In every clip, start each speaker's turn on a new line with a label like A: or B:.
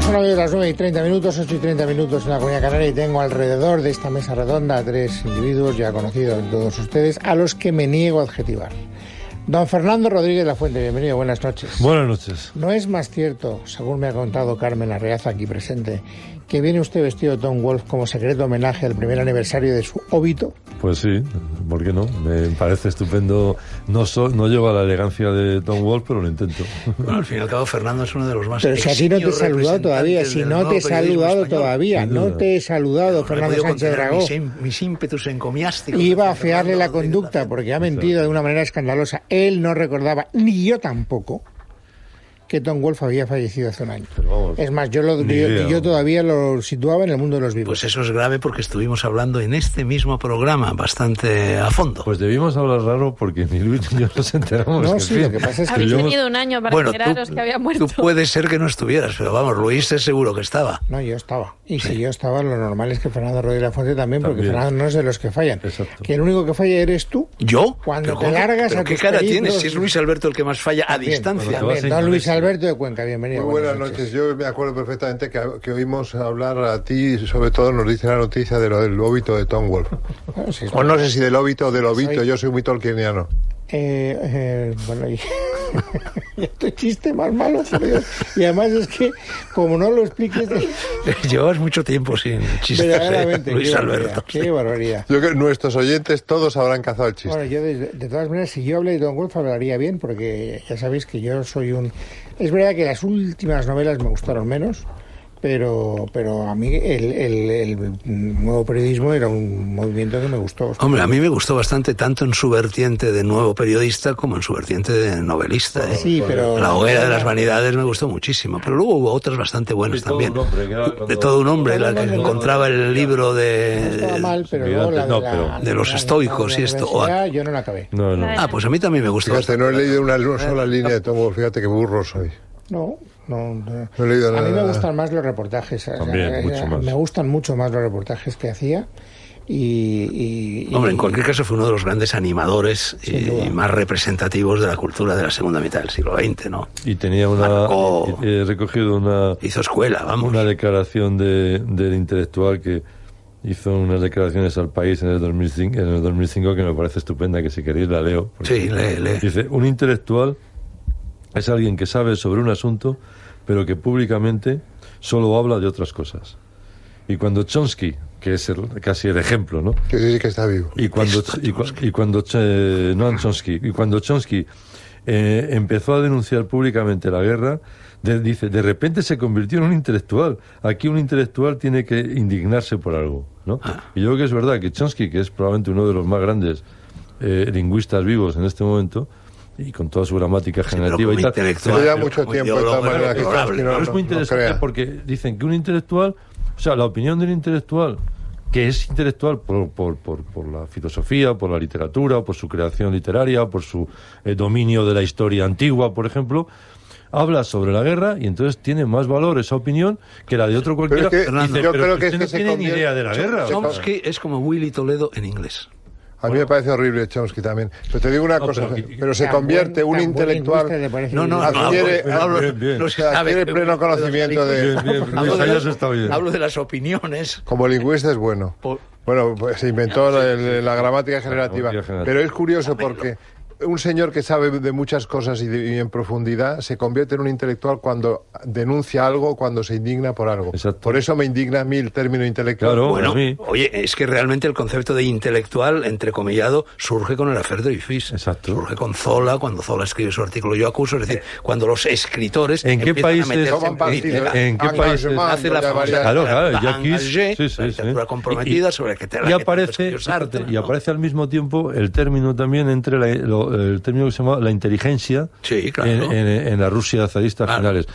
A: son hoy las 9 y 30 minutos, 8 y 30 minutos en la Comunidad Canaria y tengo alrededor de esta mesa redonda a tres individuos ya conocidos de todos ustedes a los que me niego a adjetivar. Don Fernando Rodríguez La Fuente, bienvenido, buenas noches.
B: Buenas noches.
A: ¿No es más cierto, según me ha contado Carmen Arreaza aquí presente, que viene usted vestido de Tom Wolf como secreto homenaje al primer aniversario de su óbito?
B: Pues sí, ¿por qué no? Me parece estupendo. No, so- no llego a la elegancia de Tom Wolf, pero lo intento.
C: Bueno, al fin y al cabo, Fernando es uno de los más.
A: Pero si a ti no te he
C: eximios
A: saludado todavía,
C: representantes
A: si
C: del
A: no
C: nuevo
A: te he
C: periodismo
A: saludado
C: español.
A: todavía,
B: Sin
A: no
B: duda.
A: te he saludado,
C: No he
A: Fernando
C: podido
A: Sánchez
C: contener
A: Dragó.
C: Mis, im- mis ímpetus encomiásticos.
A: Iba a
C: Fernando
A: fiarle la
C: Rodríguez
A: conducta
C: Zapata.
A: porque ha mentido de una manera escandalosa. Él no recordaba, ni yo tampoco, que Tom Wolf había fallecido hace un año.
B: Pero vamos,
A: Es más, yo, lo,
B: ni
A: yo,
B: idea.
A: yo todavía lo situaba en el mundo de los vivos.
C: Pues eso es grave porque estuvimos hablando en este mismo programa bastante a fondo.
B: Pues debimos hablar raro porque ni Luis ni yo nos enteramos.
A: No,
B: en
A: sí,
B: fin.
A: lo que pasa es que
B: Habéis
D: Habéis
B: yo-
D: tenido un año para
C: bueno,
D: enteraros
C: tú,
D: que había muerto.
C: tú puedes ser que no estuvieras, pero vamos, Luis es seguro que estaba.
A: No, yo estaba. Y si yo estaba, lo normal es que Fernando Rodríguez Lafuente también, porque
B: También.
A: Fernando no es de los que fallan.
B: Exacto.
A: Que el único que falla eres tú.
C: ¿Yo?
A: Cuando
C: ¿Pero
A: te
C: cómo?
A: largas
C: ¿Pero
A: a
C: ¿Qué
A: tus
C: cara
A: pedidos-
C: tienes si es Luis Alberto el que más falla a
A: Bien,
C: distancia?
B: Cuando te vas
A: Bien,
B: a
A: Don Luis
B: Indonesia.
A: Alberto de Cuenca, bienvenido.
E: Muy buenas
A: noches.
E: noches. Yo me acuerdo perfectamente que, que oímos hablar a ti y sobre todo nos dice la noticia de lo del óbito de Tom Wolf.
A: Bueno, sí,
E: O no sé si del óbito o del ovito,
A: Soy-
E: yo soy muy tolkieniano.
A: Eh, eh, bueno, y, y este chiste más malo, por Dios. Y además es que, como no lo expliques,
C: Llevas mucho tiempo sin chistes, ¿eh?
A: verdaderamente.
C: Luis
A: qué barbaridad,
C: Alberto.
A: Qué barbaridad.
E: Yo creo que nuestros oyentes todos habrán cazado el chiste.
A: Bueno, yo de, de todas maneras, si yo hablé de Don Wolf, hablaría bien, porque ya sabéis que yo soy un. Es verdad que las últimas novelas me gustaron menos. Pero, pero a mí el, el- el nuevo periodismo era un movimiento que me gustó.
C: Hombre, a mí me gustó bastante tanto en su vertiente de nuevo periodista como en su vertiente de novelista. ¿eh?
A: Sí, pero-
C: La hoguera de las vanidades me gustó muchísimo, pero luego hubo otras bastante buenas
B: De todo
C: también.
B: un hombre, que era cuando-
C: De todo un hombre, la que
A: No, no, no, no.
C: encontraba el libro
A: Estaba
C: de...
A: mal, pero luego la de,
B: No,
A: la-
B: pero-
C: de los
A: la-
C: estoicos
A: la
C: y esto.
A: universidad, Yo no la acabé.
B: No, no.
C: Ah, pues a mí también me gustó.
E: Fíjate, no he leído una sola línea de Tom Wolf, fíjate qué burro soy.
A: No, no. no.
E: No he leído
A: a mí me
E: nada.
A: gustan más los reportajes. o sea,
B: También,
A: eh,
B: mucho más.
A: Me gustan mucho más los reportajes que hacía. Y, y- y-
C: Hombre, en cualquier caso fue uno de los grandes animadores y,
A: Sin duda.
C: y más representativos de la cultura de la segunda mitad del siglo XX, ¿no?
B: Y tenía una.
C: Marcó.
B: He recogido una.
C: Hizo escuela, vamos.
B: Una declaración de, del intelectual que hizo unas declaraciones al país en el 2005, en el 2005 que me parece estupenda, que si queréis la leo. porque
C: Sí, lee, lee.
B: Dice, un intelectual es alguien que sabe sobre un asunto, pero que públicamente solo habla de otras cosas. Y cuando Chomsky, que es el- casi el ejemplo, ¿no?
E: Que sí, sí que está vivo.
B: Y cuando, y, cua- y cuando Ch- eh, Noam Chomsky, y cuando Chomsky eh, empezó a denunciar públicamente la guerra, de- dice, de repente se convirtió en un intelectual. Aquí un intelectual tiene que indignarse por algo, ¿no?
C: Ah.
B: Y yo creo que es verdad que Chomsky, que es probablemente uno de los más grandes eh, lingüistas vivos en este momento, y con toda su gramática
C: pero
B: generativa
C: como
B: y tal,
C: intelectual.
E: Yo ya
C: pero
E: mucho
C: como
E: tiempo de todas
C: ideólogo era
E: maneras que
C: deplorable,
E: Chomsky
B: pero
E: no-
B: es muy
E: no
B: interesante
E: crea.
B: porque dicen que un intelectual, o sea, la opinión del intelectual, que es intelectual por, por, por, por la filosofía, por la literatura, por su creación literaria, por su eh, dominio de la historia antigua, por ejemplo, habla sobre la guerra y entonces tiene más valor esa opinión que la de otro cualquiera.
E: que
B: Dice,
E: yo
B: pero
E: creo
B: usted
E: que es
B: no
E: que se
B: tiene ni
E: convierte-
B: idea de la guerra.
E: se-
B: o sea,
C: Chomsky es como Willy Toledo en inglés.
E: A mí me parece horrible Chomsky también. Pero te digo una
B: No,
E: cosa,
B: pero-
E: pero, se convierte un intelectual...
C: No, no, no,
E: Adquiere-
C: hablo, hablo-
B: bien, bien.
C: no
E: o
C: se
E: sea,
C: sabe.
E: Tiene pleno conocimiento de...
B: Bien, bien,
C: Hablo
B: Luis,
C: de
B: ahí
C: las-
B: has estado bien.
C: Hablo de las opiniones.
E: Como lingüista es bueno.
C: Por-
E: Bueno, pues se inventó la, la gramática generativa.
B: gramática generativa.
E: Pero es curioso porque un señor que sabe de muchas cosas y, de- y en profundidad se convierte en un intelectual cuando denuncia algo, cuando se indigna por algo.
B: Exacto.
E: Por eso me indigna a mí el término intelectual.
B: Claro.
C: Bueno,
B: a mí.
C: oye, es que realmente el concepto de intelectual, entrecomillado, surge con el afer de
B: Exacto. Eh,
C: Surge con Zola, cuando Zola escribe su artículo Yo acuso, es decir, cuando los escritores
B: ¿En qué
C: empiezan a
B: países-
C: meterse
E: Toman
C: en
E: partido.
C: política.
B: ¿En qué
E: Engagement,
B: países?
C: hace la
E: ya
C: famosa
E: varias-
B: Claro, claro,
C: la
B: ya aquí-
C: Angers,
B: sí, sí,
C: la
B: sí.
C: literatura comprometida sobre la que te la
B: y
C: que te
B: aparece
C: escribió Sartre,
B: fíjate, y
C: ¿no?
B: aparece al mismo tiempo el término también entre la- lo- el término que se llama la inteligencia
C: Sí, claro.
B: en, en- en la Rusia zarista
C: Claro.
B: finales.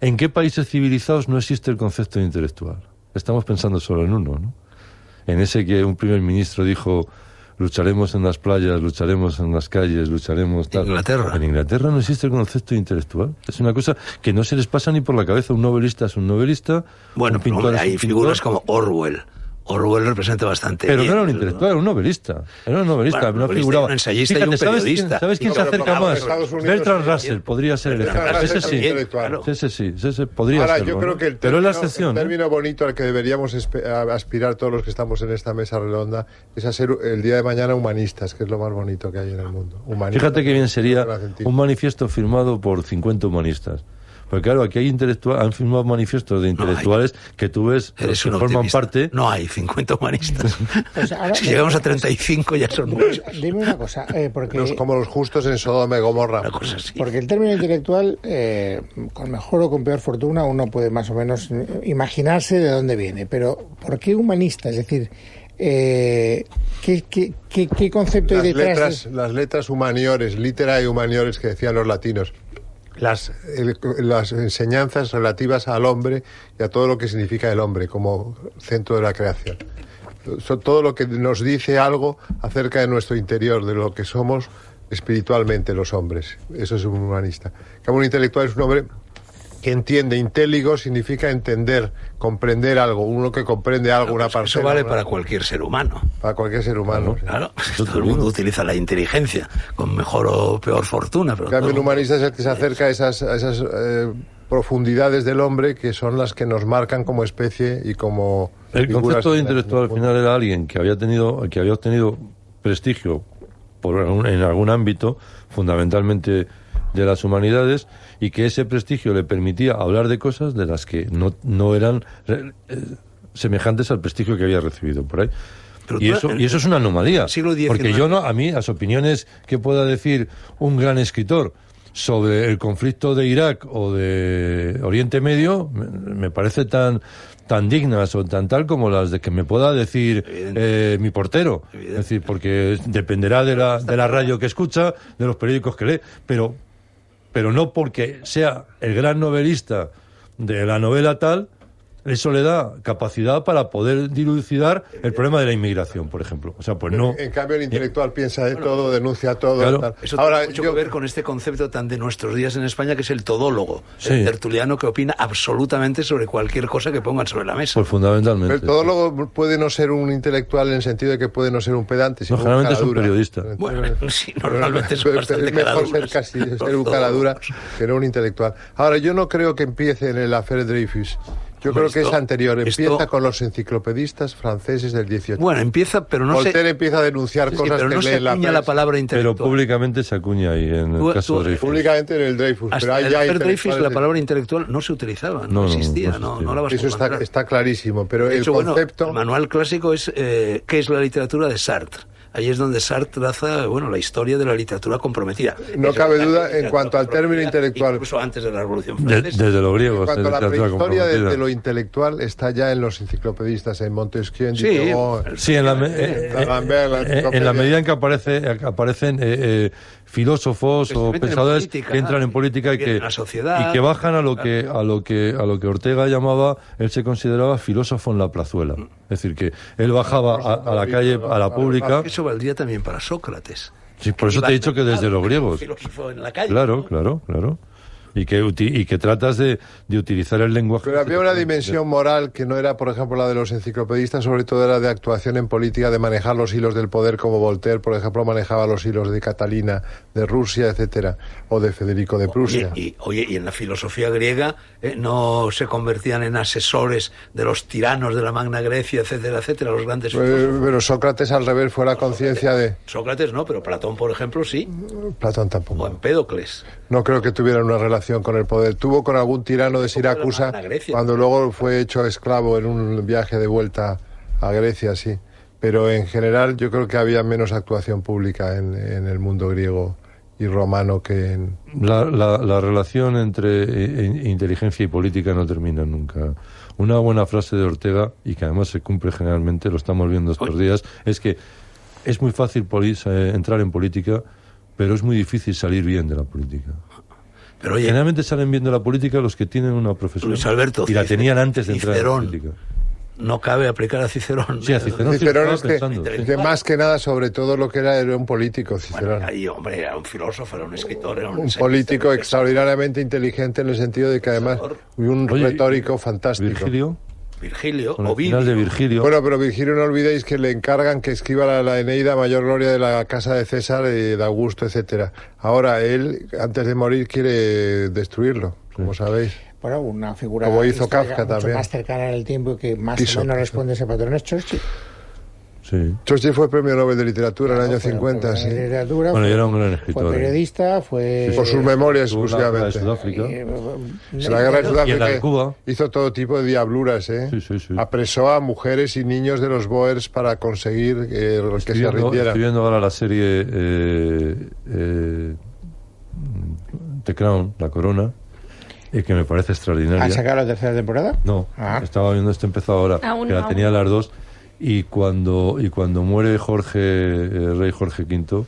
B: ¿En qué países civilizados no existe el concepto de intelectual? Estamos pensando solo en uno, ¿no? En ese que un primer ministro dijo lucharemos en las playas, lucharemos en las calles, lucharemos tal.
C: Inglaterra.
B: En Inglaterra no existe el concepto de intelectual. Es una cosa que no se les pasa ni por la cabeza. Un novelista es un novelista.
C: Bueno,
B: un
C: pero,
B: pintor
C: hombre,
B: es un
C: hay
B: pintor.
C: figuras como Orwell Orwell representa bastante.
B: Pero
C: bien,
B: no era un
C: este ¿no?
B: intelectual, era un novelista. Era un novelista,
C: Bueno,
B: no
C: novelista,
B: figuraba.
C: un ensayista y
B: Fíjate,
C: un
B: ¿sabes quién-
C: periodista.
B: ¿Sabes quién
E: No,
B: se
E: pero
B: acerca
E: pongamos
B: más?
E: Estados Unidos
B: Bertrand
E: es-
B: Russell podría ser el ejemplo.
E: Russell
B: Ese
E: es
B: sí.
E: intelectual.
B: Claro. Ese sí, ese sí, podría
E: Ahora,
B: ser.
E: yo creo que
B: Pero
E: el
B: es
E: término,
B: la
E: el
B: excepción. ¿eh?
E: término bonito al que deberíamos espe- a- aspirar todos los que estamos en esta mesa redonda es a ser el día de mañana humanistas, que es lo más bonito que hay en el mundo. Humanistas.
B: Fíjate que bien sería
E: Argentina.
B: un manifiesto firmado por 50 humanistas. Porque claro, aquí hay intelectuales, han firmado manifiestos de intelectuales que tú ves los
C: Eres
B: que
C: un
B: forman
C: optimista.
B: parte.
C: No hay 50 humanistas.
A: Pues ahora-
C: si llegamos a 35 ya son muchos.
A: Dime una cosa, eh, porque,
E: Los- como los justos en Sodoma y Gomorra.
C: Una cosa así.
A: porque el término intelectual, eh, con mejor o con peor fortuna, uno puede más o menos eh, imaginarse de dónde viene. Pero, ¿por qué humanista? Es decir, eh, ¿qué, qué, qué, qué concepto
E: Las
A: hay detrás? de-
E: letras, las letras humaniores, literae humaniores que decían los latinos. Las, el- las enseñanzas relativas al hombre y a todo lo que significa el hombre como centro de la creación. So- Todo lo que nos dice algo acerca de nuestro interior, de lo que somos espiritualmente los hombres. Eso es un humanista. Como un intelectual es un hombre que entiende. Intéligo significa entender, comprender algo. Uno que comprende algo, una parte.
C: pues Eso vale para cualquier ser humano.
E: para cualquier ser humano.
C: Claro,
E: Pues
B: Yo
C: todo el
B: también.
C: mundo utiliza la inteligencia, con mejor o peor fortuna. Pero
E: En cambio, el
C: todo-
E: humanista es el que se acerca a esas, a esas eh, profundidades del hombre que son las que nos marcan como especie y como.
B: El
E: figuras
B: concepto de
E: en la-
B: intelectual al final era alguien que había tenido, que había obtenido prestigio por algún- en algún ámbito, fundamentalmente de las humanidades, y que ese prestigio le permitía hablar de cosas de las que no, no eran eh, semejantes al prestigio que había recibido por ahí.
C: Pero
B: y,
C: tú-
B: eso, y eso es una anomalía.
C: Siglo XIX.
B: Porque yo no, a mí, las opiniones que pueda decir un gran escritor sobre el conflicto de Irak o de Oriente Medio, me, me parece tan tan dignas o tan tal como las de que me pueda decir
C: Evidente.
B: eh, mi portero.
C: Evidente.
B: Es decir, porque dependerá de la, de la radio que escucha, de los periódicos que lee, pero, pero no porque sea el gran novelista de la novela tal, eso le da capacidad para poder dilucidar el problema de la inmigración, por ejemplo. O sea, pues no.
E: En cambio, el intelectual piensa de todo, denuncia todo.
B: Claro.
E: tal.
C: Eso
E: Ahora,
C: tiene mucho
E: yo-
C: que ver con este concepto tan de nuestros días en España, que es el todólogo,
B: Sí.
C: el tertuliano que opina absolutamente sobre cualquier cosa que pongan sobre la mesa.
B: Pues fundamentalmente.
E: el todólogo puede no ser un intelectual en el sentido de que puede no ser un pedante. sino
B: No, generalmente
E: un
B: es un
E: caradura.
B: periodista.
C: bueno, sí, normalmente
E: Pero
C: son bastante
E: eh, pues, es mejor ser
C: caladuras.
E: casi
C: Los
E: ser un
C: todólogos.
E: caladura que no un intelectual. Ahora, yo no creo que empiece en el affaire Dreyfus. Yo creo que
C: esto-
E: es anterior.
C: esto-
E: Empieza con los enciclopedistas franceses del 18.
C: Bueno, empieza, pero no
E: Voltaire
C: se,
E: empieza a denunciar
C: sí, sí,
E: cosas
C: pero
E: que
C: no se
E: lee la
C: acuña la
E: prensa.
C: palabra
B: Pero
C: intelectual.
B: públicamente se acuña ahí en el
C: Tú-
B: caso
C: tú-
B: de Dreyfus.
E: Públicamente en el Dreyfus, pero
C: Hasta
E: hay
C: el
E: ya
C: Alfred Dreyfus
E: intelectuales
C: la
E: de-
C: palabra intelectual no se utilizaba,
B: No,
C: no,
B: no,
C: existía,
B: no
C: no,
B: existía.
C: no la vas a
E: Eso está,
C: encontrar.
E: está clarísimo, pero
C: De
E: el
C: hecho, bueno,
E: concepto...
C: el manual clásico es eh, ¿Qué es la literatura de Sartre? Ahí es donde Sartre traza bueno, la historia de la literatura comprometida.
E: No
C: Eso
E: cabe
C: es la
E: duda en
C: literatura
E: cuanto al término
C: comprometida,
E: intelectual.
C: Incluso antes de la Revolución
B: De-
C: Francesa.
B: desde los
E: en
B: griegos.
E: cuanto a la
B: literatura
E: prehistoria de,
B: comprometida.
E: de lo intelectual está ya en los enciclopedistas, en Montesquieu, en
C: Sí,
E: Diderot,
B: Sí, en la, me- eh,
E: La
B: eh,
E: Lambert, la
B: eh, en la
E: enciclopedia.
B: medida en que aparece, aparecen eh, eh, filósofos o
C: Precisamente en
B: pensadores
C: política,
B: que entran en
C: que
B: política y que,
C: vienen a la sociedad.
B: y que bajan a lo que, a lo que a lo que Ortega llamaba, él se consideraba filósofo en la plazuela.
C: Mm.
B: Es decir, que él bajaba a, a la calle, a la pública.
C: Eso valdría también para Sócrates.
B: Sí, por eso te he dicho que desde los griegos.
C: Filósofo en la calle.
B: Claro,
C: ¿no?
B: claro, claro. Y que, uti- y que tratas de, de utilizar el lenguaje.
E: Pero había una dimensión moral que no era, por ejemplo, la de los enciclopedistas, sobre todo era de actuación en política, de manejar los hilos del poder, como Voltaire, por ejemplo, manejaba los hilos de Catalina, de Rusia, etcétera, o de Federico de
C: Oye,
E: Prusia.
C: Oh, y, oye, y en la filosofía griega eh, no se convertían en asesores de los tiranos de la Magna Grecia, etcétera, etcétera, los grandes filósofos.
E: Eh, Pero Sócrates al revés fue la conciencia de
C: Sócrates no, pero Platón, por ejemplo, sí,
E: Platón
C: o
E: tampoco.
C: Empédocles.
E: No creo que tuvieran una relación con el poder. Tuvo con algún tirano de Siracusa
C: Magna Grecia.
E: cuando luego fue hecho esclavo en un viaje de vuelta a Grecia, sí. Pero en general yo creo que había menos actuación pública en, en el mundo griego y romano que en...
B: La, la- la relación entre eh, in- inteligencia y política no termina nunca. Una buena frase de Ortega, y que además se cumple generalmente, lo estamos viendo estos días, es que es muy fácil poli- eh, entrar en política, pero es muy difícil salir bien de la política.
C: Pero oye,
B: Generalmente salen bien de la política los que tienen una profesión
C: Luis Alberto,
B: y la
C: Cicer-
B: tenían antes de entrar en la
C: Cicerón.
B: política.
C: no cabe aplicar a Cicerón.
B: Sí, a Cicerón, sí, estaba
E: Cicerón es que,
B: pensando.
C: sí.
E: que más que nada, sobre todo lo que era, era un político, Cicerón.
C: Bueno, ahí, hombre, era un filósofo, era un escritor, era un,
E: un
C: ensayista,
E: político
C: un
E: extraordinariamente inteligente en el sentido de que además
C: Pensador.
E: y un
B: Oye,
E: retórico fantástico.
B: Virgilio,
C: Virgilio,
B: Con el
C: Ovidio.
B: final de Virgilio.
E: Bueno, pero Virgilio, no olvidéis que le encargan que escriba la, la Eneida Mayor Gloria de la Casa de César, eh, de Augusto, etcétera. Ahora él, antes de morir, quiere destruirlo, como sabéis.
A: Bueno, una figura
E: Como hizo
A: histórica
E: Kafka
A: mucho
E: también.
A: más cercana en el tiempo y que más
E: Quiso.
A: o menos responde a ese patrón es Churchill.
B: sí.
E: Churchill fue premio Nobel de Literatura en el año
A: Fue- fue
E: 50, sí.
A: profesor de literatura,
B: Bueno,
A: fue-
B: y era un gran escritor,
A: Fue
B: ¿eh?
A: periodista, fue...
E: Por sus memorias
B: Hubo la guerra de
E: exclusivamente.
B: Sudáfrica.
A: eh,
E: En la guerra de
B: Y en la de
E: Sudáfrica
B: Cuba.
E: hizo todo tipo de diabluras, ¿eh?
B: Sí, sí, sí.
E: Apresó a mujeres y niños de los Boers para conseguir eh, que
B: Estoy
E: se
B: viendo,
E: rindieran.
B: estoy viendo ahora la serie eh, eh, The Crown, La Corona, y que me parece extraordinaria.
E: Ah,
A: ¿Han sacado la tercera temporada?
B: No,
A: Ah.
B: estaba viendo esto empezó ahora,
D: Aún
B: que
D: no,
B: la
D: aún
B: tenía
D: no.
B: las dos y cuando y cuando muere Jorge eh, rey Jorge V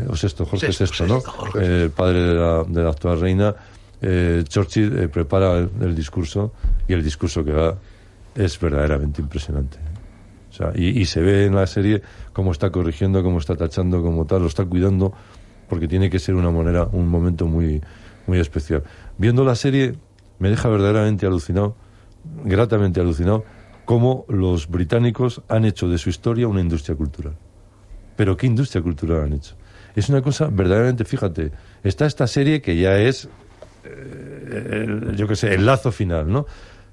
B: eh, o sexto Jorge
C: Sexto,
B: sexto, no
C: sexto, Jorge
B: Eh, el padre de la, de la actual reina eh, Churchill eh, prepara el, el discurso y el discurso que da es verdaderamente impresionante. O sea, y, y se ve en la serie cómo está corrigiendo, cómo está tachando, cómo tal, lo está cuidando, porque tiene que ser una manera, un momento muy, muy especial. Viendo la serie me deja verdaderamente alucinado, gratamente alucinado, cómo los británicos han hecho de su historia una industria cultural. Pero ¿qué industria cultural han hecho? Es una cosa verdaderamente, fíjate, está esta serie que ya es eh, el- yo qué sé, el lazo final, ¿no?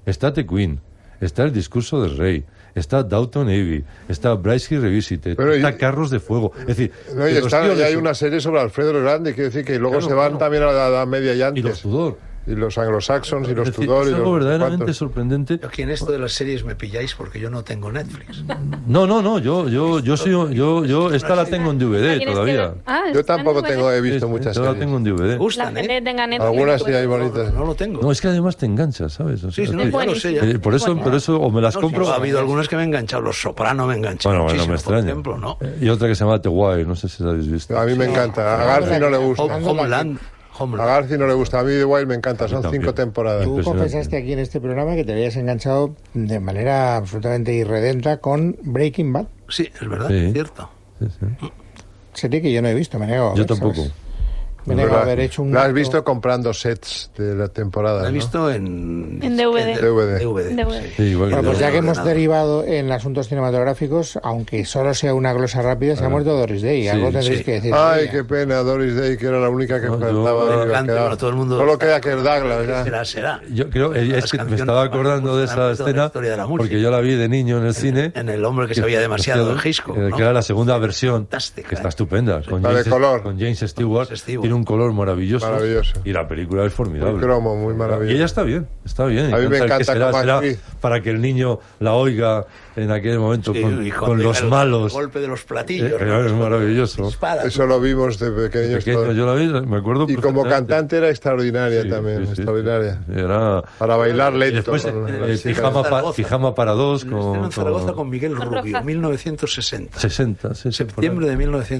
B: Está The Queen, está el discurso del rey, está Downton Abbey, está Bryce Revisited,
E: Pero y-
B: está Carros de Fuego. Es decir,
E: No, y
B: que los
E: está-
B: tíos
E: y
B: de
E: hay
B: su-
E: una serie sobre Alfredo el Grande, quiero decir que luego
B: Claro,
E: se van
B: claro.
E: también a la Edad Media y
B: y los
E: antes.
B: Tudor.
E: Y los anglosaxons y los
B: Es decir,
E: Tudor y
B: es algo
E: los
B: verdaderamente
E: cuantos.
B: sorprendente.
C: Yo aquí en esto de las series me pilláis porque yo no tengo Netflix.
B: No, no, no, yo, yo, yo soy, yo, yo, esta la tengo en
D: ¿La
B: DVD
D: tienes
B: todavía.
D: que ver? Ah,
E: Yo
D: está en
E: tampoco
D: DVD.
E: tengo, he visto
B: Sí,
E: muchas
B: yo la
E: series.
B: tengo en DVD.
C: Me
D: La
C: gustan,
D: gente
C: ¿eh?
D: tenga Netflix.
E: Algunas sí
D: pues.
E: hay
C: No, no,
E: bonitas.
C: no lo tengo.
B: No, es que además te enganchas, ¿sabes? O
C: Sí,
B: sea,
C: sí, no,
B: que-
C: ya lo sé, ya.
B: eh, por eso, por eso, o me las
C: No,
B: compro.
C: sí, ha habido algunas que me han enganchado. Los Soprano me enganchado.
B: Bueno, bueno, me
C: muchísimo,
B: extraña.
C: Por ejemplo, ¿no?
B: Eh, Y otra que se llama The Wire, no sé si la habéis visto.
E: A mí me encanta. A Garci no le gusta.
C: Hom- Homeland.
E: A
C: Homeland.
E: Garci no le gusta. A mí The Wild me encanta. Son
B: también.
E: cinco temporadas.
A: Tú
B: Impresionante.
A: confesaste aquí en este programa que te habías enganchado de manera absolutamente irredenta con Breaking Bad.
C: Sí, es verdad,
B: Sí.
C: es cierto.
B: Sí, sí.
A: Serie que yo no he visto, me niego. a
B: Yo
A: ver, ¿sabes?
B: tampoco.
A: Me niego a haber hecho un.
E: La has
A: acto-
E: visto comprando sets de la temporada.
C: La he
E: ¿no?
C: visto en,
D: En DVD.
E: DVD.
D: DVD.
B: Sí, igual que
A: Bueno, pues
B: yo.
A: ya que hemos
C: ordenado.
A: derivado en asuntos cinematográficos, aunque solo sea una glosa rápida, se ha muerto Doris Day. Algo
B: Sí,
A: tendréis
C: sí.
A: que decir.
E: Ay,
A: Mira,
E: qué pena, Doris Day, que era la única que
B: No, yo-
E: faltaba.
B: Me
E: que
C: encanta,
E: quedaba.
C: pero todo el mundo-
E: Solo queda que el Douglas. ya.
C: Será, será.
B: Yo creo, eh,
C: Las
B: es que me
C: canciones
B: estaba
C: que más me
B: acordando de
C: gustan a
B: esa
C: mí toda la
B: escena
C: historia de la música.
B: porque yo la vi de niño en el cine.
C: en El hombre que sabía demasiado de Hitchcock,
B: eh,
C: ¿no?
B: Que era la segunda versión,
C: Fantástica,
B: que
C: ¿eh?
B: está estupenda. Con
E: La de
B: James,
E: color.
B: con James Stewart.
C: James
B: Tiene
C: Stewart.
B: un color maravilloso.
E: Maravilloso.
B: Y la película es formidable.
E: Un cromo
B: Y
E: muy
B: ella
E: maravilloso.
B: está bien, está bien.
E: A mí me
B: el que
E: encanta como actriz.
B: para que el niño la oiga en aquel momento
C: Sí,
B: con,
C: y
B: con
C: llega
B: los
C: el
B: malos.
C: golpe de los
B: Eh,
C: platillos. ¿no?
B: es maravilloso.
C: Dispara.
E: Eso lo vimos de pequeños.
B: Pequeño,
E: todos.
B: yo la vi, me acuerdo.
E: Y como
B: perfectamente.
E: cantante era extraordinaria
B: Sí,
E: también,
B: sí, sí, sí.
E: extraordinaria.
B: Era.
E: Para bailar
B: Y
E: lento.
B: después,
E: con
B: eh,
E: las
B: eh,
E: chicas.
B: pijama, pa-
C: Zaragoza.
B: pijama para dos
C: Una escena
B: con,
C: en Zaragoza con
B: con
C: Miguel
D: Con
C: Rubio,
D: Rojas.
C: 1960.
B: 60, sí, sí, por ahí.
C: Septiembre de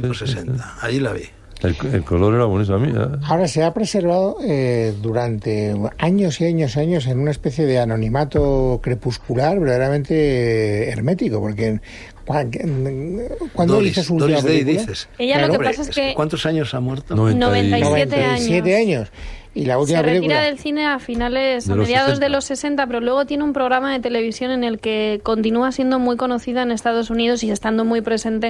C: 1960. Allí la vi.
B: El, el color era bonito a mí. ¿eh?
A: Ahora se ha preservado eh, durante años y años y años en una especie de anonimato crepuscular verdaderamente hermético, porque cuando
C: Doris-
A: dices
C: Doris Day dices.
D: Ella lo que
C: Hombre,
D: pasa es
C: es que
D: que-
C: ¿Cuántos años ha muerto?
B: No,
D: 97
A: 97
D: años.
A: años. Y la última
D: Se
A: película.
D: retira del cine a finales,
B: De
D: a
B: los
D: mediados
B: 60.
D: de los 60, pero luego tiene un programa de televisión en el que continúa siendo muy conocida en Estados Unidos y estando muy presente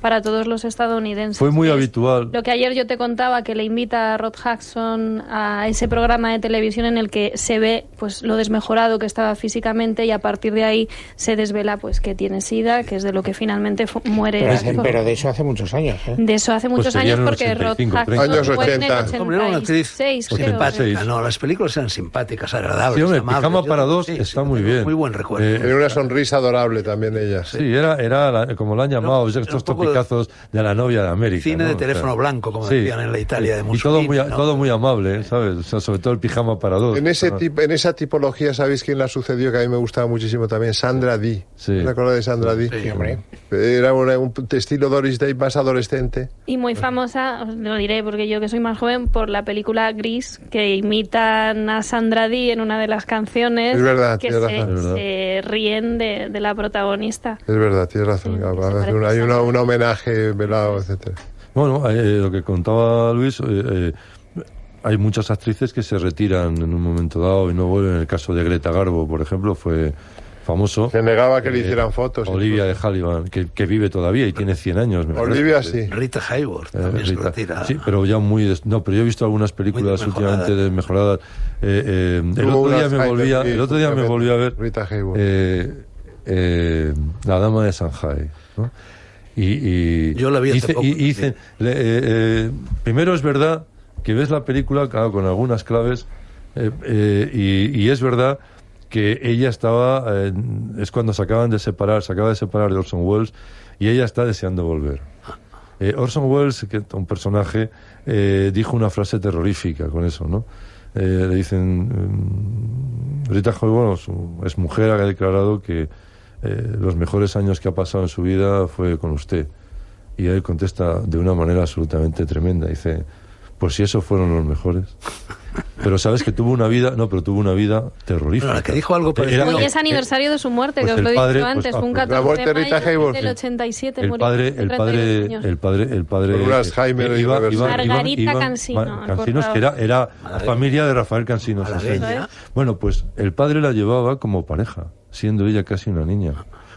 D: para todos los estadounidenses.
B: Fue muy
D: Es
B: habitual.
D: Lo que ayer yo te contaba, que le invita a Rod Jackson a ese programa de televisión en el que se ve pues lo desmejorado que estaba físicamente y a partir de ahí se desvela pues que tiene sida, que es de lo que finalmente fu- muere.
A: Pero,
D: Jackson.
A: pero de eso hace muchos años. ¿eh?
D: De eso hace muchos
B: serían
D: años
B: unos
D: porque Rod
B: 85,
D: Jackson
E: 30. Años
D: fue en el
E: 80.
C: Hombre, era una actriz
D: 86, creo. ¿eh?
C: simpática.
B: 86.
C: No, las películas eran simpáticas, agradables.
B: Sí, hombre,
C: amables.
B: Pijama
C: Yo-
B: para dos
C: sí,
B: está
C: sí,
B: muy
C: tengo
B: bien.
C: Muy buen recuerdo.
B: Eh,
E: Tenía una sonrisa adorable también ella.
B: Sí, era, era la- como la han llamado,
C: Era un
B: estos
C: poco de-
B: topicazos de la novia de América.
C: Cine
B: eh, ¿no?
C: de
B: O sea,
C: teléfono blanco, como decían en la Italia de
B: Y todo
C: Mussolini,
B: muy, a-
C: ¿no?
B: todo muy amable, ¿eh? ¿sabes? O sea, sobre todo el pijama para dos.
E: En, ese
B: Ah,
E: tip- en esa tipología, ¿sabéis quién la sucedió? Que a mí me gustaba muchísimo también, Sandra Dee.
B: Sí.
E: ¿Te acuerdas de Sandra Dee?
A: Sí, hombre.
E: Era una- un estilo Doris Day más adolescente.
D: Y muy famosa, os lo diré porque yo que soy más joven, por la película Gris, que imitan a Sandra Dee en una de las canciones.
E: Es verdad,
D: que se,
E: tienes razón,
B: es verdad.
D: se ríen de, de la protagonista.
E: Es verdad, tienes razón.
D: Sí,
E: A
D: se
E: veces
D: parece
E: una- hay
D: a
E: una-
D: Sandra.
E: un homenaje velado, etcétera.
B: Bueno, eh, lo que contaba Luis, eh, eh, hay muchas actrices que se retiran en un momento dado y no vuelven. En el caso de Greta Garbo, por ejemplo, fue famoso.
E: Se negaba que le hicieran fotos,
B: Eh, Olivia de
E: incluso.
B: Halliburton, que, que vive todavía y tiene 100 años. me parece.
E: Olivia sí.
C: Rita Hayworth
B: Eh,
C: también se
B: Rita.
C: retira.
B: Sí, pero ya muy. des- No, pero yo he visto algunas películas
C: desmejorada.
B: últimamente desmejoradas. Eh, eh, el,
E: Hubo
B: otro día
E: unas
B: me volví a-
E: Heidelberg,
B: el otro día me
E: justamente,
B: volví a ver.
E: Rita Hayworth.
B: eh, eh, La Dama de Shanghai. ¿no? Y, y-
C: Yo la vi hace
B: hice-
C: poco
B: y-
C: también.
B: hice- le- eh, eh, primero es verdad que ves la película claro, con algunas claves eh, eh, y, y es verdad que ella estaba eh, es cuando se acaban de separar se acaba de separar de Orson Welles y ella está deseando volver Eh, Orson Welles que es un personaje eh, dijo una frase terrorífica con eso no Eh, le dicen mm, Rita Hayworth su- es mujer ha declarado que eh, los mejores años que ha pasado en su vida fue con usted y él contesta de una manera absolutamente tremenda. Dice, pues si esos fueron los mejores. Pero sabes que tuvo una vida, no, pero tuvo una vida terrorífica.
C: Bueno, la Ah, que dijo algo parecido.
B: Era-
D: Hoy
C: eh,
D: es aniversario de su muerte,
B: pues
D: que os
B: el
D: lo he
B: padre,
D: dicho
B: pues,
D: antes,
B: ah,
D: fue un
B: pues, la
D: 14 de
E: muerte de Rita
D: mayo
E: Hayworth.
D: del 87,
B: el
D: murió
B: padre,
D: con
B: el
D: 32
B: padre,
D: años.
B: el padre, el padre,
E: Por un Alzheimer
B: eh, iba- iba- iba-
D: Margarita
B: iba-
D: Cansino,
B: Mar-
D: por
B: Cansinos, que era,
D: favor.
B: era
C: Madre-
B: familia de Rafael Cansino. sí, sí.
C: Malagueña.
B: Bueno, pues el padre la llevaba como pareja, siendo ella casi una niña.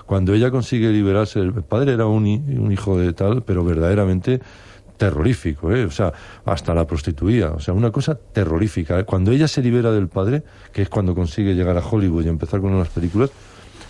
B: Cuando ella consigue liberarse, el padre era un, hi- un hijo de tal, pero verdaderamente terrorífico, ¿eh? o sea, hasta la prostituía, o sea, una cosa terrorífica. ¿eh? Cuando ella se libera del padre, que es cuando consigue llegar a Hollywood y empezar con unas películas,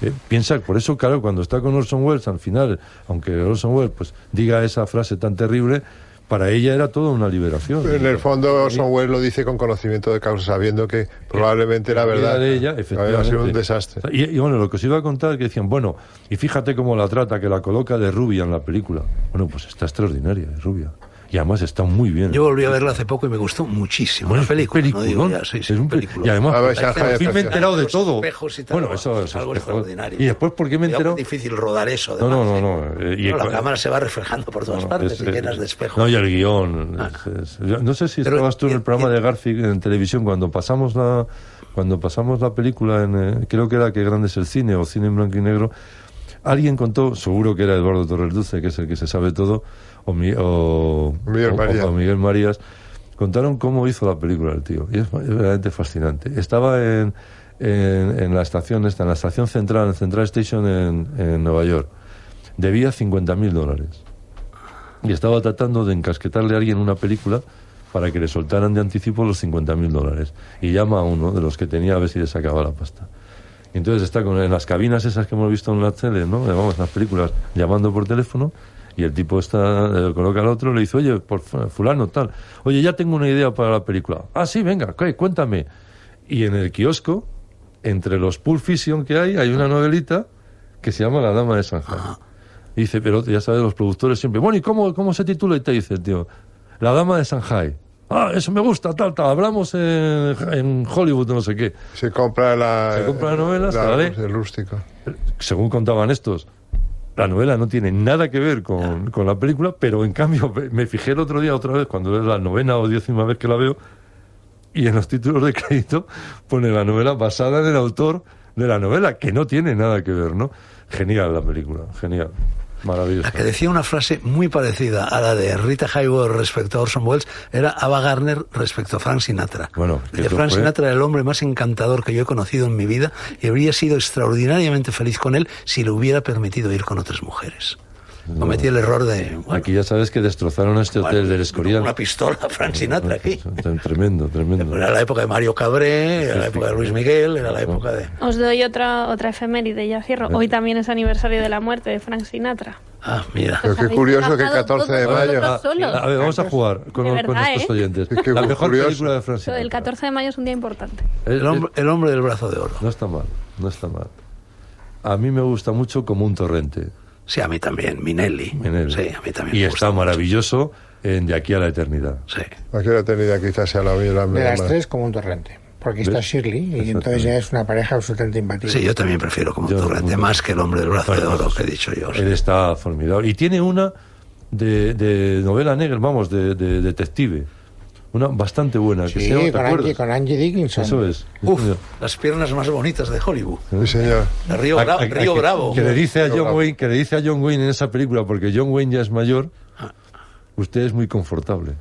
B: eh, piensa, por eso, claro, cuando está con Orson Welles, al final, aunque Orson Welles pues, diga esa frase tan terrible, para ella era toda una liberación.
E: Pero en el fondo, Orson Welles lo dice con conocimiento de causa, sabiendo que probablemente era
B: la
E: verdad.
B: vida de ella,
E: Había
B: efectivamente.
E: sido un desastre.
B: Y, y bueno, lo que os iba a contar que decían, bueno, y fíjate cómo la trata, que la coloca de rubia en la película. Bueno, pues está extraordinaria, es rubia. Y además está muy bien.
C: Yo volví a verla hace poco y me gustó muchísimo.
B: Bueno,
C: Una
B: es un
C: película, no digo
B: peliculón.
C: ya, sí, sí,
B: es un pe-
C: peliculón. Pues
B: Y además,
E: A ver,
B: por
E: Shanghai
B: fin me he
E: Excepcional.
B: enterado de
C: Los
B: todo.
C: espejos y tal,
B: Bueno, eso es
C: algo
B: espejos.
C: extraordinario.
B: Y después, ¿por qué me he
C: Cuidado,
B: enterado?
C: Es difícil rodar eso.
B: No, no,
C: además,
B: no.
C: ¿eh?
B: no. eh, y-
C: Bueno,
B: eh,
C: la cámara se va reflejando por todas
B: no,
C: partes
B: es,
C: y
B: eh,
C: llenas de espejos. Ah.
B: No, y el guión. es- es- yo no sé si
C: Pero-
B: estabas tú en
C: y-
B: el programa
C: y-
B: de Garfield en televisión cuando pasamos la cuando pasamos la película, en, eh, creo que era Que grande es el cine o Cine en blanco y negro, alguien contó, seguro que era Eduardo Torres Duce, que es el que se sabe todo, o, Mi- o-
E: Miguel
B: o- o-
E: Marías.
B: o Miguel Marías, contaron cómo hizo la película el tío. Y es, es verdaderamente fascinante. Estaba en, en, en la estación esta, en la estación central, en Central Station en, en Nueva York. Debía 50.000 dólares y estaba tratando de encasquetarle a alguien una película para que le soltaran de anticipo los 50.000 dólares. Y llama a uno de los que tenía a ver si le sacaba la pasta. Y entonces está con, en las cabinas esas que hemos visto en las teles, ¿no? Eh, Vamos, en las películas, llamando por teléfono y el tipo está, eh, coloca al otro, le dice, oye, por fu- fulano, tal. Oye, ya tengo una idea para la película. Ah, sí, venga, ok, cuéntame. Y en el kiosco, entre los Pulp Fiction que hay, hay una novelita que se llama La Dama de Shanghai. Y dice, pero ya sabes, los productores siempre, bueno, ¿y cómo, cómo se titula? Y te dice, el tío, La Dama de Shanghai. Ah, eso me gusta, tal, tal. Hablamos en, en Hollywood, no sé qué.
E: Se compra la.
B: Se compra la novela, se la lee.
E: El
D: Pues
E: rústico.
B: Según contaban estos, la novela no tiene nada que ver con, con la película, pero en cambio me- me fijé el otro día otra vez, cuando es la novena o décima vez que la veo, y en los títulos de crédito pone la novela basada en el autor de la novela, que no tiene nada que ver, ¿no? Genial la película, genial, maravillosa.
C: La que decía una frase muy parecida a la de Rita Hayworth respecto a Orson Welles era Ava Gardner respecto a Frank Sinatra.
B: Bueno, que
C: Dice,
B: eso
C: Frank
B: fue-
C: Sinatra era el hombre más encantador que yo he conocido en mi vida y habría sido extraordinariamente feliz con él si le hubiera permitido ir con otras mujeres. Cometí el error de... bueno,
B: Aquí ya sabes que destrozaron este hotel
C: bueno,
B: del Escorial.
C: Una pistola a Frank Sinatra aquí.
B: Tremendo, tremendo.
C: Era la época de Mario Cabré, era la época de Luis Miguel, era la época de...
D: Os doy otra, otra efeméride, ya cierro. Hoy también es aniversario de la muerte de Frank Sinatra.
C: Ah, mira.
E: Pero qué
D: Habéis
E: curioso que
D: trabajado
E: 14 de
D: todos
E: mayo.
D: vosotros solos.
B: A ver, vamos a jugar con,
D: De
B: con
D: verdad,
B: nuestros
D: ¿eh?
B: oyentes.
E: Es que
B: la mejor
E: curioso.
B: película de Francia. Eh,
D: Lo del 14 de mayo es un día importante.
C: El hombre, el hombre del brazo de oro.
B: No está mal, no está mal. A mí me gusta mucho como un torrente.
C: Sí, a mí también. Minelli.
B: Minelli.
C: Sí, a mí también.
B: Y
C: me
B: está
C: gusta.
B: maravilloso en De aquí a la eternidad.
C: Sí.
E: Aquí la tenida quizás sea la mía. La
A: De las
E: más.
A: tres como un torrente. Porque está
B: ¿Ves?
A: Shirley y
B: Exacto.
A: entonces ya es una pareja absolutamente imbatible.
C: Sí, yo también prefiero como
B: Yo-
C: Torrente, más que el hombre del brazo de
B: Bueno,
C: oro
B: pues,
C: que he dicho yo.
B: Él está formidable. Y tiene una de, de novela negra, vamos, de, de detective. Una bastante buena. que
A: Sí,
B: se llama, ¿te
A: con, Angie,
B: acuerdas?
A: con Angie Dickinson.
B: Eso es.
C: Uf, las piernas más bonitas de Hollywood.
E: Sí, señor.
C: La Río,
B: A-
C: Bra-
B: a- a-
C: Río
B: que-
C: Bravo.
B: Que le dice a
E: Río
B: John
E: Bravo.
B: Wayne, que le dice a John Wayne en esa película, porque John Wayne ya es mayor,
C: Ah.
B: usted es muy confortable.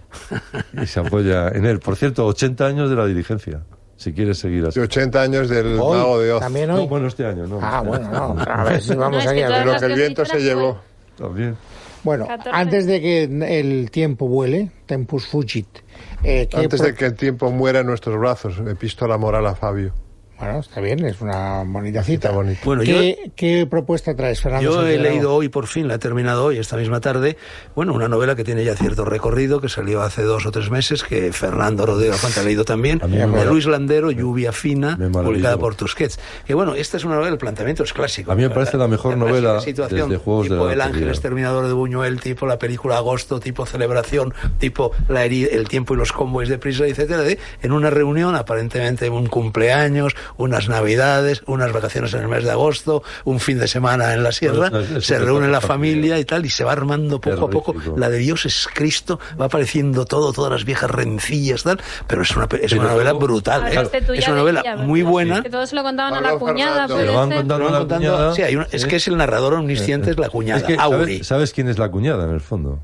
B: Y se apoya en él. Por cierto, 80 años de la dirigencia. si quieres seguir así.
E: De 80 años del
A: Hoy,
E: mago de Oz.
A: También hoy.
B: No, bueno, este año, no.
A: Ah, bueno, no. A ver si vamos
D: No, es
A: ahí
D: que
A: a
D: todas
A: ver.
E: Lo
D: las
E: que el viento se
D: cifras
E: llevó.
B: También.
A: Bueno,
D: 14.
A: antes de que el tiempo vuele, tempus fugit. eh, ¿qué
E: Antes
A: pro-
E: de que el tiempo muera en nuestros brazos, epístola moral a Fabio.
A: Bueno, está bien, es una bonita
E: Está
A: cita.
E: bonito.
C: Bueno, yo-
A: ¿Qué, qué propuesta traes, Fernando?
C: Yo he
A: Santiago?
C: leído hoy, por fin, la he terminado hoy, esta misma tarde, bueno, una novela que tiene ya cierto recorrido, que salió hace dos o tres meses, que Fernando Rodríguez Alfante ha leído también,
B: A mí me
C: de
B: mola.
C: Luis Landero, Lluvia Fina,
B: Me maravilla.
C: publicada por Tusquets. Que bueno, esta es una novela, el planteamiento es clásico.
B: A mí me parece la mejor
C: clásica
B: novela
C: situación,
B: desde Juegos de
C: tipo
B: la
C: El Ángel
B: Lotería.
C: Exterminador de Buñuel, tipo la película Agosto, tipo Celebración, tipo la heri- El Tiempo y los Convoys de Prisa, etcétera, de, en una reunión, aparentemente un cumpleaños, unas navidades, unas vacaciones en el mes de agosto, un fin de semana en la sierra tierra,
B: Bueno, Pues, es- es
C: se
B: un
C: reúne la
B: espectáculo
C: familia
B: familiar.
C: y tal, y se va armando poco a poco.
B: Terrorífico.
C: La de Dios es Cristo, va apareciendo todo, todas las viejas rencillas, tal, pero es una, pe- es
B: Pero
C: una novela
B: luego-
C: brutal. ¿eh?
D: Hablaste tú ya
C: Es una
D: de
C: novela
D: ella, ¿verdad?
C: muy buena.
D: Que todos se lo contaban a la
E: Pablo
D: cuñada,
E: Fernando.
D: puede
B: Pero van
D: ser.
B: contando
C: Lo
B: a
C: van
B: la
C: contando-
B: cuñada.
C: sí, hay una- es
B: ¿eh?
C: que es el narrador omnisciente, es la cuñada,
B: Es que,
C: Auri.
B: ¿sabes, sabes quién es la cuñada, en el fondo?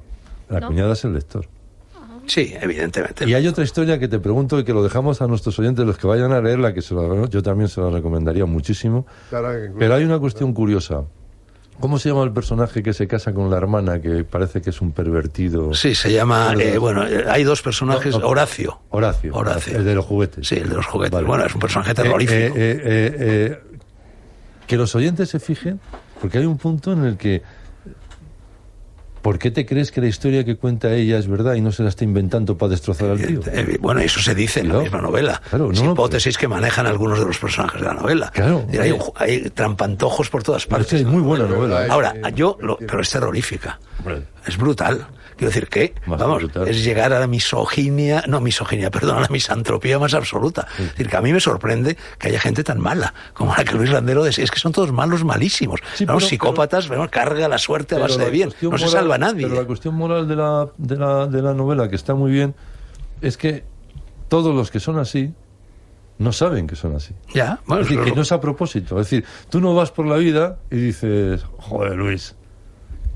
B: La
D: No.
B: cuñada es el lector.
C: Sí, evidentemente.
B: Y hay otra historia que te pregunto y que lo dejamos a nuestros oyentes, los que vayan a leerla, que se la- yo también se la recomendaría muchísimo.
E: Claro, incluso-
B: Pero hay una cuestión curiosa. ¿Cómo se llama el personaje que se casa con la hermana, que parece que es un pervertido?
C: Sí, se llama, eh, bueno, eh, hay dos personajes,
B: No, no.
C: Horacio.
B: Horacio.
C: Horacio.
B: El de los juguetes.
C: Sí, el de los juguetes.
B: Vale.
C: Bueno, es un personaje
B: Eh,
C: terrorífico.
B: eh, eh, eh, eh, que los oyentes se fijen, porque hay un punto en el que. ¿Por qué te crees que la historia que cuenta ella es verdad y no se la está inventando para destrozar al tío?
C: Eh, Bueno, eso se dice en la
B: Claro.
C: misma novela.
B: Claro,
C: Es
B: no, no,
C: hipótesis que manejan algunos de los personajes de la novela.
B: Claro. eh.
C: Es decir, Hay, un- hay trampantojos por todas
B: Pero es que
C: partes.
B: es muy buena novela. ¿eh?
C: Ahora,
E: Eh,
C: yo, lo- pero es terrorífica.
B: Hombre.
C: Es brutal. Quiero decir que,
B: Más
C: vamos,
B: brutal.
C: es llegar a la misoginia, no misoginia, perdón, a la misantropía más absoluta. Es decir, que a mí me sorprende que haya gente tan mala como la que Luis Landero decía. Es que son todos malos, malísimos.
B: Sí,
C: Vamos,
B: pero-
C: psicópatas, vemos, carga la suerte a
B: Pero
C: base
B: la
C: de bien. No
B: cuestión
C: se
B: moral-
C: salva nadie.
B: Pero la cuestión moral de la, de, la, de la novela, que está muy bien, es que todos los que son así no saben que son así.
C: Ya, bueno,
B: Es decir,
C: eso
B: que
C: es lo-
B: no es a propósito. Es decir, tú no vas por la vida y dices, joder, Luis,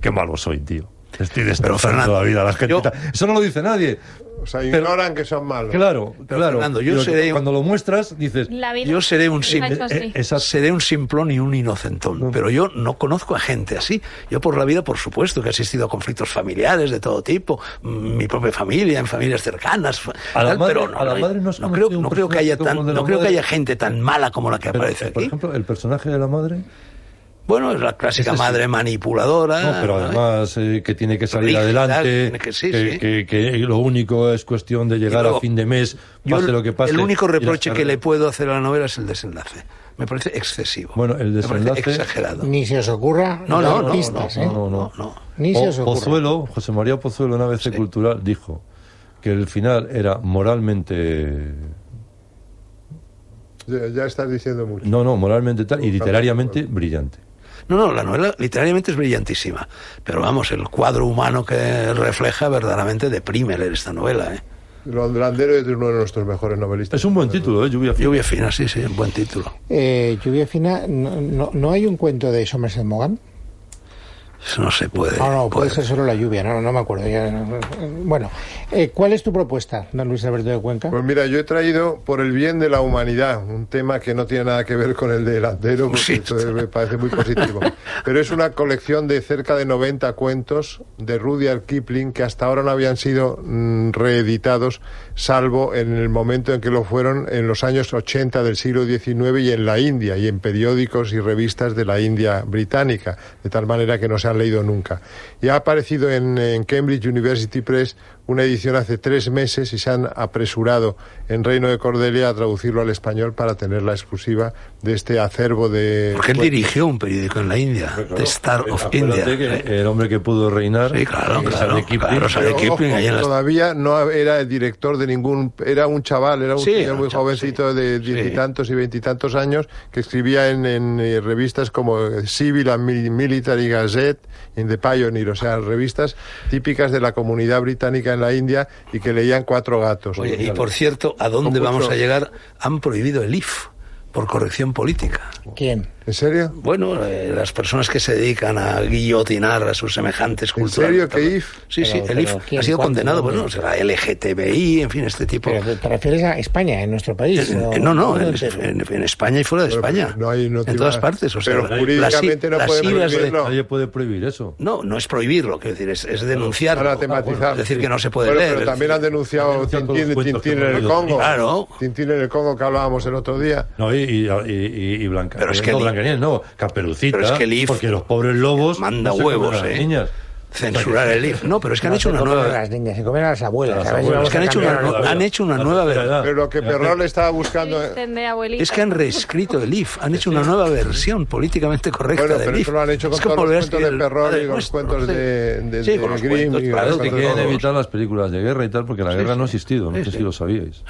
B: qué malo soy, tío. Estoy destrozando
C: Fernando,
B: la vida a la gente.
C: yo-
B: Eso no lo dice nadie.
E: O sea,
B: Pero-
E: ignoran que son malos.
B: Claro, claro.
C: Fernando, yo
B: Pero
C: seré-
B: Cuando lo muestras, dices...
D: La vida
C: Yo seré un
D: la ha
C: simple-
D: hecho así.
B: eh, Exacto.
C: Seré un simplón y un inocentón, pero yo no conozco a gente así. Yo por la vida, por supuesto, que he asistido a conflictos familiares de todo tipo, mm, mi propia familia, en familias cercanas, fa-
B: A la
C: tal,
B: madre-
C: pero no,
B: a la
C: no-
B: madre no has
C: no
B: conocido
C: creo,
B: un
C: no creo que
B: personaje
C: haya
B: como
C: tan-
B: el de la
C: no creo que
B: madre.
C: haya gente tan mala como la que
B: Pero,
C: aparece
B: por
C: aquí.
B: ejemplo, el personaje de la madre...
C: Bueno, es la clásica
B: Ese sí.
C: madre manipuladora.
B: No, pero
C: ¿no?
B: además eh, que tiene que salir
C: Rígida,
B: adelante,
C: tiene que- sí,
B: que,
C: sí.
B: que- que lo único es cuestión de llegar
C: luego,
B: a fin de mes,
C: Yo
B: pase
C: el-
B: lo que pase.
C: El único
B: y las
C: reproche que le
B: cargas.
C: puedo hacer a la novela es el desenlace. Me parece excesivo.
B: Bueno, el
C: Me parece
B: desenlace-
C: exagerado.
A: Ni se os ocurra
C: No, no,
A: dar
C: no,
A: pistas,
B: no,
A: ¿eh?
B: no, no.
A: Ni se os
B: Po-
A: ocurra.
B: Pozuelo, José María Pozuelo en ABC Cultural dijo que el final era moralmente
E: Ya, ya estás diciendo mucho.
B: no, no, moralmente tal y literariamente brillante.
C: No, no, la novela literariamente es brillantísima, pero vamos, el cuadro humano que refleja verdaderamente deprime leer esta novela. ¿eh?
E: Londrandero es uno de nuestros mejores novelistas.
B: Es un buen título, eh, Lluvia Fina.
C: Lluvia fina, sí, sí, un buen título.
A: Eh, lluvia fina, no, no- no hay un cuento de Somerset Maugham?
C: Eso no se puede.
A: No, no, puede
C: puede.
A: ser solo la lluvia, no, no me acuerdo. ya, no, no. bueno, eh, ¿cuál es tu propuesta, don Luis Alberto de Cuenca?
E: Pues mira, yo he traído por el bien de la humanidad, un tema que no tiene nada que ver con el de delantero, porque
C: Sí.
E: esto me parece muy positivo. Pero es una colección de cerca de 90 cuentos de Rudyard Kipling que hasta ahora no habían sido mm, reeditados, salvo en el momento en que lo fueron en los años 80 del siglo XIX y en la India, y en periódicos y revistas de la India británica, de tal manera que no se han leído nunca. Y ha aparecido en, en Cambridge University Press una edición hace tres meses y se han apresurado en Reino de Cordelia a traducirlo al español para tener la exclusiva de este acervo de...
C: Porque él dirigió un periódico en la India, The Star
A: eh,
C: of India. ¿eh?
B: Acuérdate que el hombre que pudo reinar.
C: Sí, claro,
B: que
C: claro,
B: sale Kipling,
C: claro, sale
E: Pero,
C: Kipling
E: ojo,
C: ahí en las-
E: Todavía no era el director de ningún. Era un chaval, era un
C: Sí, era
E: señor
C: un
E: muy
C: chaval,
E: jovencito
C: sí,
E: de
C: sí.
E: diez y tantos y veintitantos años que escribía en, en, eh, revistas como eh, Civil and Mil- Military Gazette, In the Pioneer, o sea, revistas típicas de la comunidad británica en la India y que leían cuatro gatos.
C: Oye, y por cierto, ¿a dónde
E: Con mucho-
C: vamos a llegar? Han prohibido el IF por corrección política.
A: ¿Quién?
E: ¿En serio?
C: Bueno, eh, las personas que se dedican a guillotinar a sus semejantes
E: ¿En
C: culturales.
E: serio que
C: tal.
E: IF?
C: Sí,
A: Pero-
C: sí, el
A: pero
C: IF
A: ¿quién,
C: ha sido
A: cuándo,
C: condenado,
A: dónde?
C: bueno, o sea, la LGTBI, en fin, este tipo.
A: Pero te- te refieres a España, en nuestro país.
C: Eh,
A: ¿o-
C: No, no, en,
A: dónde te-
C: en- en España y fuera de
E: Pero, pero
C: España.
E: no hay- no
C: en
E: tiene
C: todas
E: nada.
C: partes. O sea,
E: Pero
C: las-
E: jurídicamente no
C: las
E: podemos
C: siglas de-
E: prohibirlo.
B: Nadie puede prohibir eso.
C: No, no es prohibirlo, quiero decir, es, es denunciarlo.
E: Para tematizar.
C: Es decir, que no se puede
E: Bueno,
C: leer.
E: Pero
C: es
E: también han
C: decir,
E: denunciado
B: denunciado todos los
E: Tintín,
B: cuentos que
E: Tintín
B: hemos
E: en el
B: leído.
E: Congo.
C: Claro.
E: Tintín en el Congo que hablábamos el otro día.
B: No, y, y, y, y Blanca.
C: Pero es que
B: no,
C: el-
B: Blancanieves no, Caperucita.
C: pero es que el IF
B: porque los pobres lobos.
C: manda
B: no se
C: huevos,
B: comen a las
C: ¿eh?
B: niñas.
C: Censurar el IF. No, pero es que han hecho
A: se
C: una
A: comen a
C: nueva.
A: las niñas, se comen a las abuelas.
B: Las
A: a ver si
B: abuelas.
A: vamos
C: Es que
A: a
C: han hecho una
A: cambiar
C: nueva-
A: algo.
C: han hecho una nueva verdad.
E: Pero lo que Perrol estaba buscando.
D: Triste de abuelita.
C: Es que han reescrito el IF, han hecho una nueva versión políticamente correcta
E: Bueno,
C: del
E: pero
C: IF.
E: esto lo han hecho con
C: Es como
E: todos los
C: volver a
E: cuentos de
C: escribir el
E: Perrol
C: Padre
E: y los
C: Nuestro,
E: cuentos
C: pues, sí.
E: de, de-
C: Sí,
E: de
C: con los
E: Grimm
C: cuentos,
E: y
B: Claro, que
C: claro, que
E: los cuentos de
B: quieren
E: todos.
B: evitar las películas de guerra y tal, porque la
C: Sí,
B: guerra
C: sí.
B: no ha existido, no
C: Sí,
B: sé
C: sí.
B: si lo sabíais.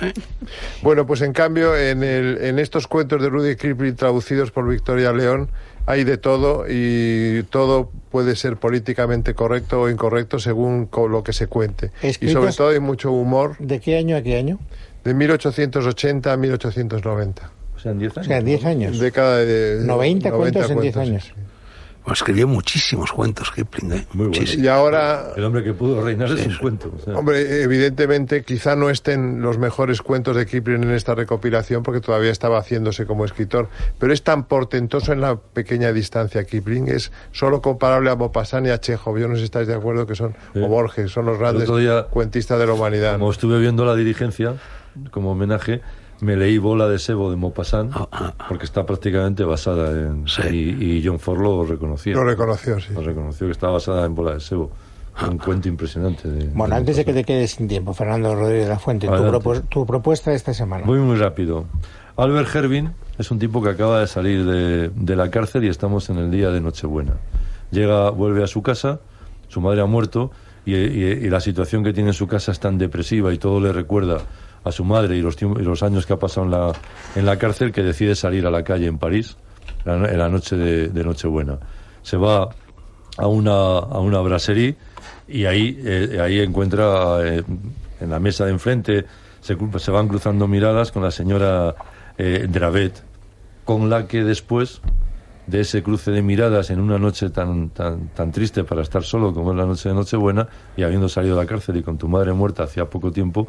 E: Bueno, pues en cambio, en, el- en estos cuentos de Rudy Kipling traducidos por Victoria León, hay de todo y todo puede ser políticamente correcto o incorrecto según con lo que se cuente. Y
A: Escritos-
E: sobre todo hay mucho humor
A: ¿De qué año a qué año?
E: de 1880 a 1890.
B: O sea, en 10
A: O
B: años.
A: sea, 10 años.
E: Década de
A: 90 cuentos en 10
E: cuentos,
A: años.
E: sí,
C: Bueno, escribió muchísimos cuentos Kipling, ¿eh?
B: Muy bueno.
E: sí.
C: Muchísimos.
E: Y ahora
B: El hombre que pudo reinar es un cuento. o sea.
E: Hombre, evidentemente quizá no estén los mejores cuentos de Kipling en esta recopilación porque todavía estaba haciéndose como escritor, pero es tan portentoso en la pequeña distancia Kipling, es solo comparable a Maupassant y a Chekhov, yo no sé si estáis de acuerdo que son,
B: Sí.
E: o Borges, son los grandes
B: otro día-
E: cuentistas de la humanidad.
B: Como estuve viendo la dirigencia, como homenaje, me leí Bola de Sebo de Maupassant,
C: Ah, ah, ah.
B: porque está prácticamente basada en...
C: Sí.
B: Y, y John Ford lo reconocía.
E: Lo reconoció, sí.
B: Lo Pues reconoció que está basada en Bola de Sebo. Un cuento impresionante. de-
A: Ah. Bueno,
B: de
A: antes de que
B: Maupassant.
A: te quedes sin tiempo, Fernando Rodríguez de la Fuente, tu,
B: Adelante.
A: propos- tu propuesta de esta semana.
B: Voy muy rápido. Albert Herbin es un tipo que acaba de salir de, de la cárcel y estamos en el día de Nochebuena. Llega, vuelve a su casa, su madre ha muerto y, y- y la situación que tiene en su casa es tan depresiva y todo le recuerda a su madre y los, tiemp- y los años que ha pasado en la, en la cárcel que decide salir a la calle en París la no- en la noche de, de Nochebuena. Se va a una, a una brasserie y ahí, eh, ahí encuentra eh, en la mesa de enfrente, se, cru- se van cruzando miradas con la señora eh, Dravet, con la que después de ese cruce de miradas en una noche tan, tan, tan triste para estar solo como es la noche de Nochebuena y habiendo salido de la cárcel y con tu madre muerta hacía poco tiempo,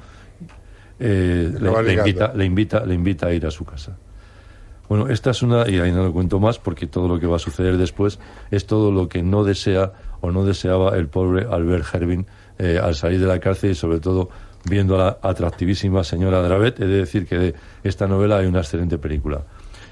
B: eh,
E: Lo va
B: le, le
E: ligando.
B: invita, le, invita, le invita a ir a su casa. Bueno, esta es una, y ahí no lo cuento más porque todo lo que va a suceder después es todo lo que no desea o no deseaba el pobre Albert Herbin eh, al salir de la cárcel y sobre todo viendo a la atractivísima señora Dravet. He de decir que de esta novela hay una excelente película.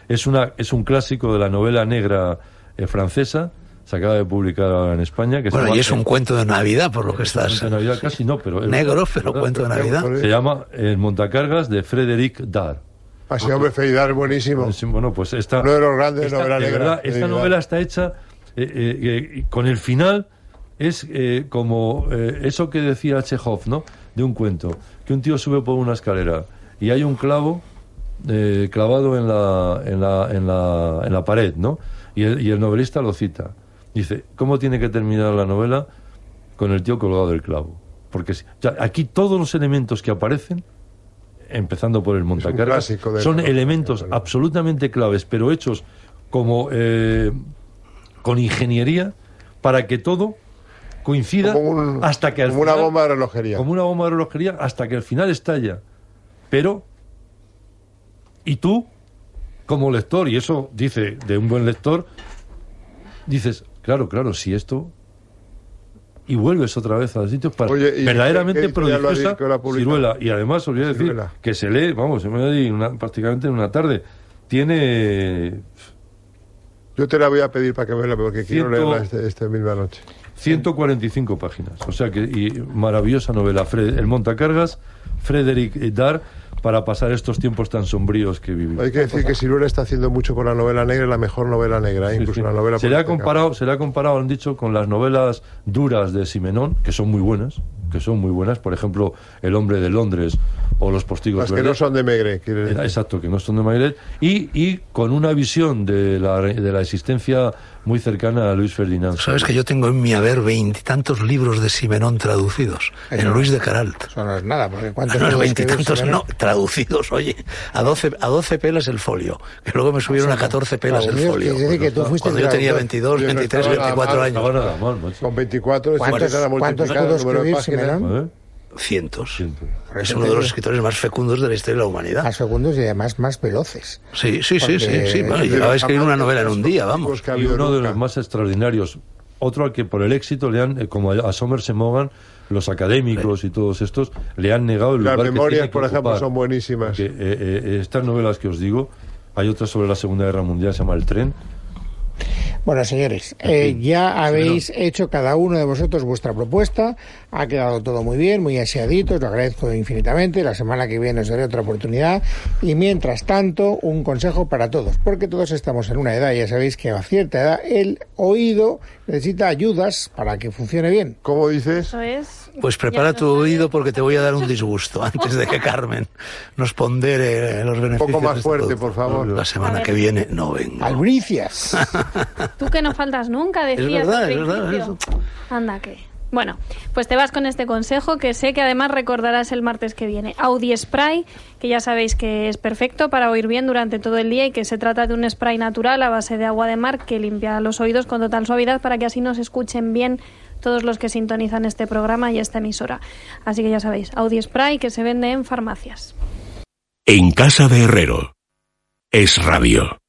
B: Es, una, es un clásico de la novela negra eh, francesa, se acaba de publicar ahora en España. Que se
C: Bueno,
B: llama-
C: y es un cuento de Navidad, por lo que estás.
B: de Navidad casi no, pero...
C: Negro, pero cuento de Navidad.
B: Se llama El montacargas de Frederic Dar.
E: Así, hombre, Feidar es buenísimo.
B: Sí, Bueno, pues esta,
E: Uno de los grandes
B: esta-
E: novela
B: de
E: negra,
B: verdad,
E: de
B: esta
E: verdad.
B: novela está hecha eh, eh, eh, y con el final es eh, como eh, eso que decía Chekhov, ¿no? De un cuento que un tío sube por una escalera y hay un clavo eh, clavado en la, en la, en la, en la pared, ¿no? Y el, y el novelista lo cita. Dice, ¿cómo tiene que terminar la novela? Con el tío colgado del clavo. Porque si- o sea, aquí todos los elementos que aparecen empezando por el montacargas,
E: clásico de la
B: son
E: novela,
B: elementos
E: claro.
B: absolutamente claves, pero hechos como eh, con ingeniería para que todo coincida
E: Como, un-
B: hasta que al
E: como una
B: final-
E: bomba de relojería.
B: como una bomba de relojería hasta que al final estalla. Pero y tú como lector y eso dice de un buen lector dices claro claro si esto y vuelves otra vez a los sitios para
E: Oye, ¿y qué
B: verdaderamente
E: editorial lo ha
B: prodigiosa
E: dicho, lo ha publicado?
B: ciruela y además olvidé decir
E: Ciruela.
B: que se lee vamos se me lee una- prácticamente en una tarde tiene
E: Yo te la voy a pedir para que me la porque quiero
B: Ciento-
E: leerla este- esta misma noche.
B: 145 páginas. O sea que y maravillosa novela. Fre- el Montacargas, Frederick Dar, para pasar estos tiempos tan sombríos que vivimos.
E: Hay que decir que Silura está haciendo mucho por la novela negra, la mejor novela negra, ¿eh?
B: Sí, sí.
E: incluso la novela
B: se, le ha
E: política.
B: comparado, se le ha comparado, han dicho, con las novelas duras de Simenón, que son muy buenas, que son muy buenas. Por ejemplo, El hombre de Londres o Los postigos
E: Las que
B: verdes.
E: no son de Megre, quiere decir.
B: Exacto, que no son de Maigret. Y, y con una visión de la, de la existencia muy cercana a Luis Ferdinand.
C: Sabes que yo tengo en mi haber veintitantos libros de Simenón traducidos,
A: Eso
C: en
A: no.
C: Luis de Caralt.
A: Eso no es nada, porque cuántos
C: No, no,
A: libros
C: veintitantos
A: escribió
C: no,
A: Simenon?
C: traducidos, oye, a 12, a 12 pelas el folio, que luego
A: Ah,
C: me subieron a 14 pelas el
A: Dios,
C: folio.
A: que dice que tú fuiste
C: Cuando yo
A: el
C: tenía
A: traductor.
C: 22,
E: Yo no
C: 23,
E: estaba nada
C: 24
E: mal.
C: años,
B: Ahora nada mal, macho.
E: Con 24 es
A: ¿Cuántos-
E: intentar
A: cuántos
E: multiplicar el
A: pudo
E: número de
A: escribir
E: páginas.
A: Simenón?
B: ¿Eh?
C: cientos.
B: Siento.
C: Es uno de los escritores más fecundos de la historia de la
A: A
C: humanidad.
A: segundos y además más veloces.
C: Sí, sí, sí, sí,
A: Porque-
C: sí. Bueno,
E: De
C: llegaba a
E: los
C: escribir una
E: amantes
C: novela en un día,
E: los
C: vamos.
E: que
B: Y
E: ha habido
B: uno de
E: nunca.
B: los más extraordinarios. Otro al que por el éxito le han, eh, como a Somerset Maugham, los académicos y todos estos le han negado el
E: Las
B: lugar que
E: memorias,
B: tiene que
E: por ejemplo,
B: ocupar.
E: son buenísimas.
B: Porque, eh, eh, estas novelas que os digo, hay otra sobre la Segunda Guerra Mundial, se llama El Tren.
A: Bueno, señores,
B: En
A: eh,
B: fin,
A: ya habéis hecho cada uno de vosotros vuestra propuesta. Ha quedado todo muy bien, muy aseadito. Os lo agradezco infinitamente. La semana que viene os daré otra oportunidad. Y mientras tanto, un consejo para todos, porque todos estamos en una edad. Ya sabéis que a cierta edad el oído necesita ayudas para que funcione bien.
E: ¿Cómo dices?
D: Eso es.
C: Pues
D: Ya
C: prepara
D: no
C: tu
D: sabe.
C: oído porque te voy a dar un disgusto antes de que Carmen nos pondere eh, los beneficios.
E: poco más
C: de este
E: fuerte,
C: producto.
E: por favor.
C: La
D: A
C: semana
D: ver.
C: que viene no venga.
A: Albricias.
D: Tú que no faltas nunca, decías.
C: verdad,
D: al
C: es verdad,
D: principio. Anda que. Bueno, pues te vas con este consejo que sé que además recordarás el martes que viene. Audi Spray, que ya sabéis que es perfecto para oír bien durante todo el día y que se trata de un spray natural a base de agua de mar que limpia los oídos con total suavidad para que así nos escuchen bien todos los que sintonizan este programa y esta emisora. Así que ya sabéis, Audi Spray que se vende en farmacias.
F: En casa de Herrero. Es radio.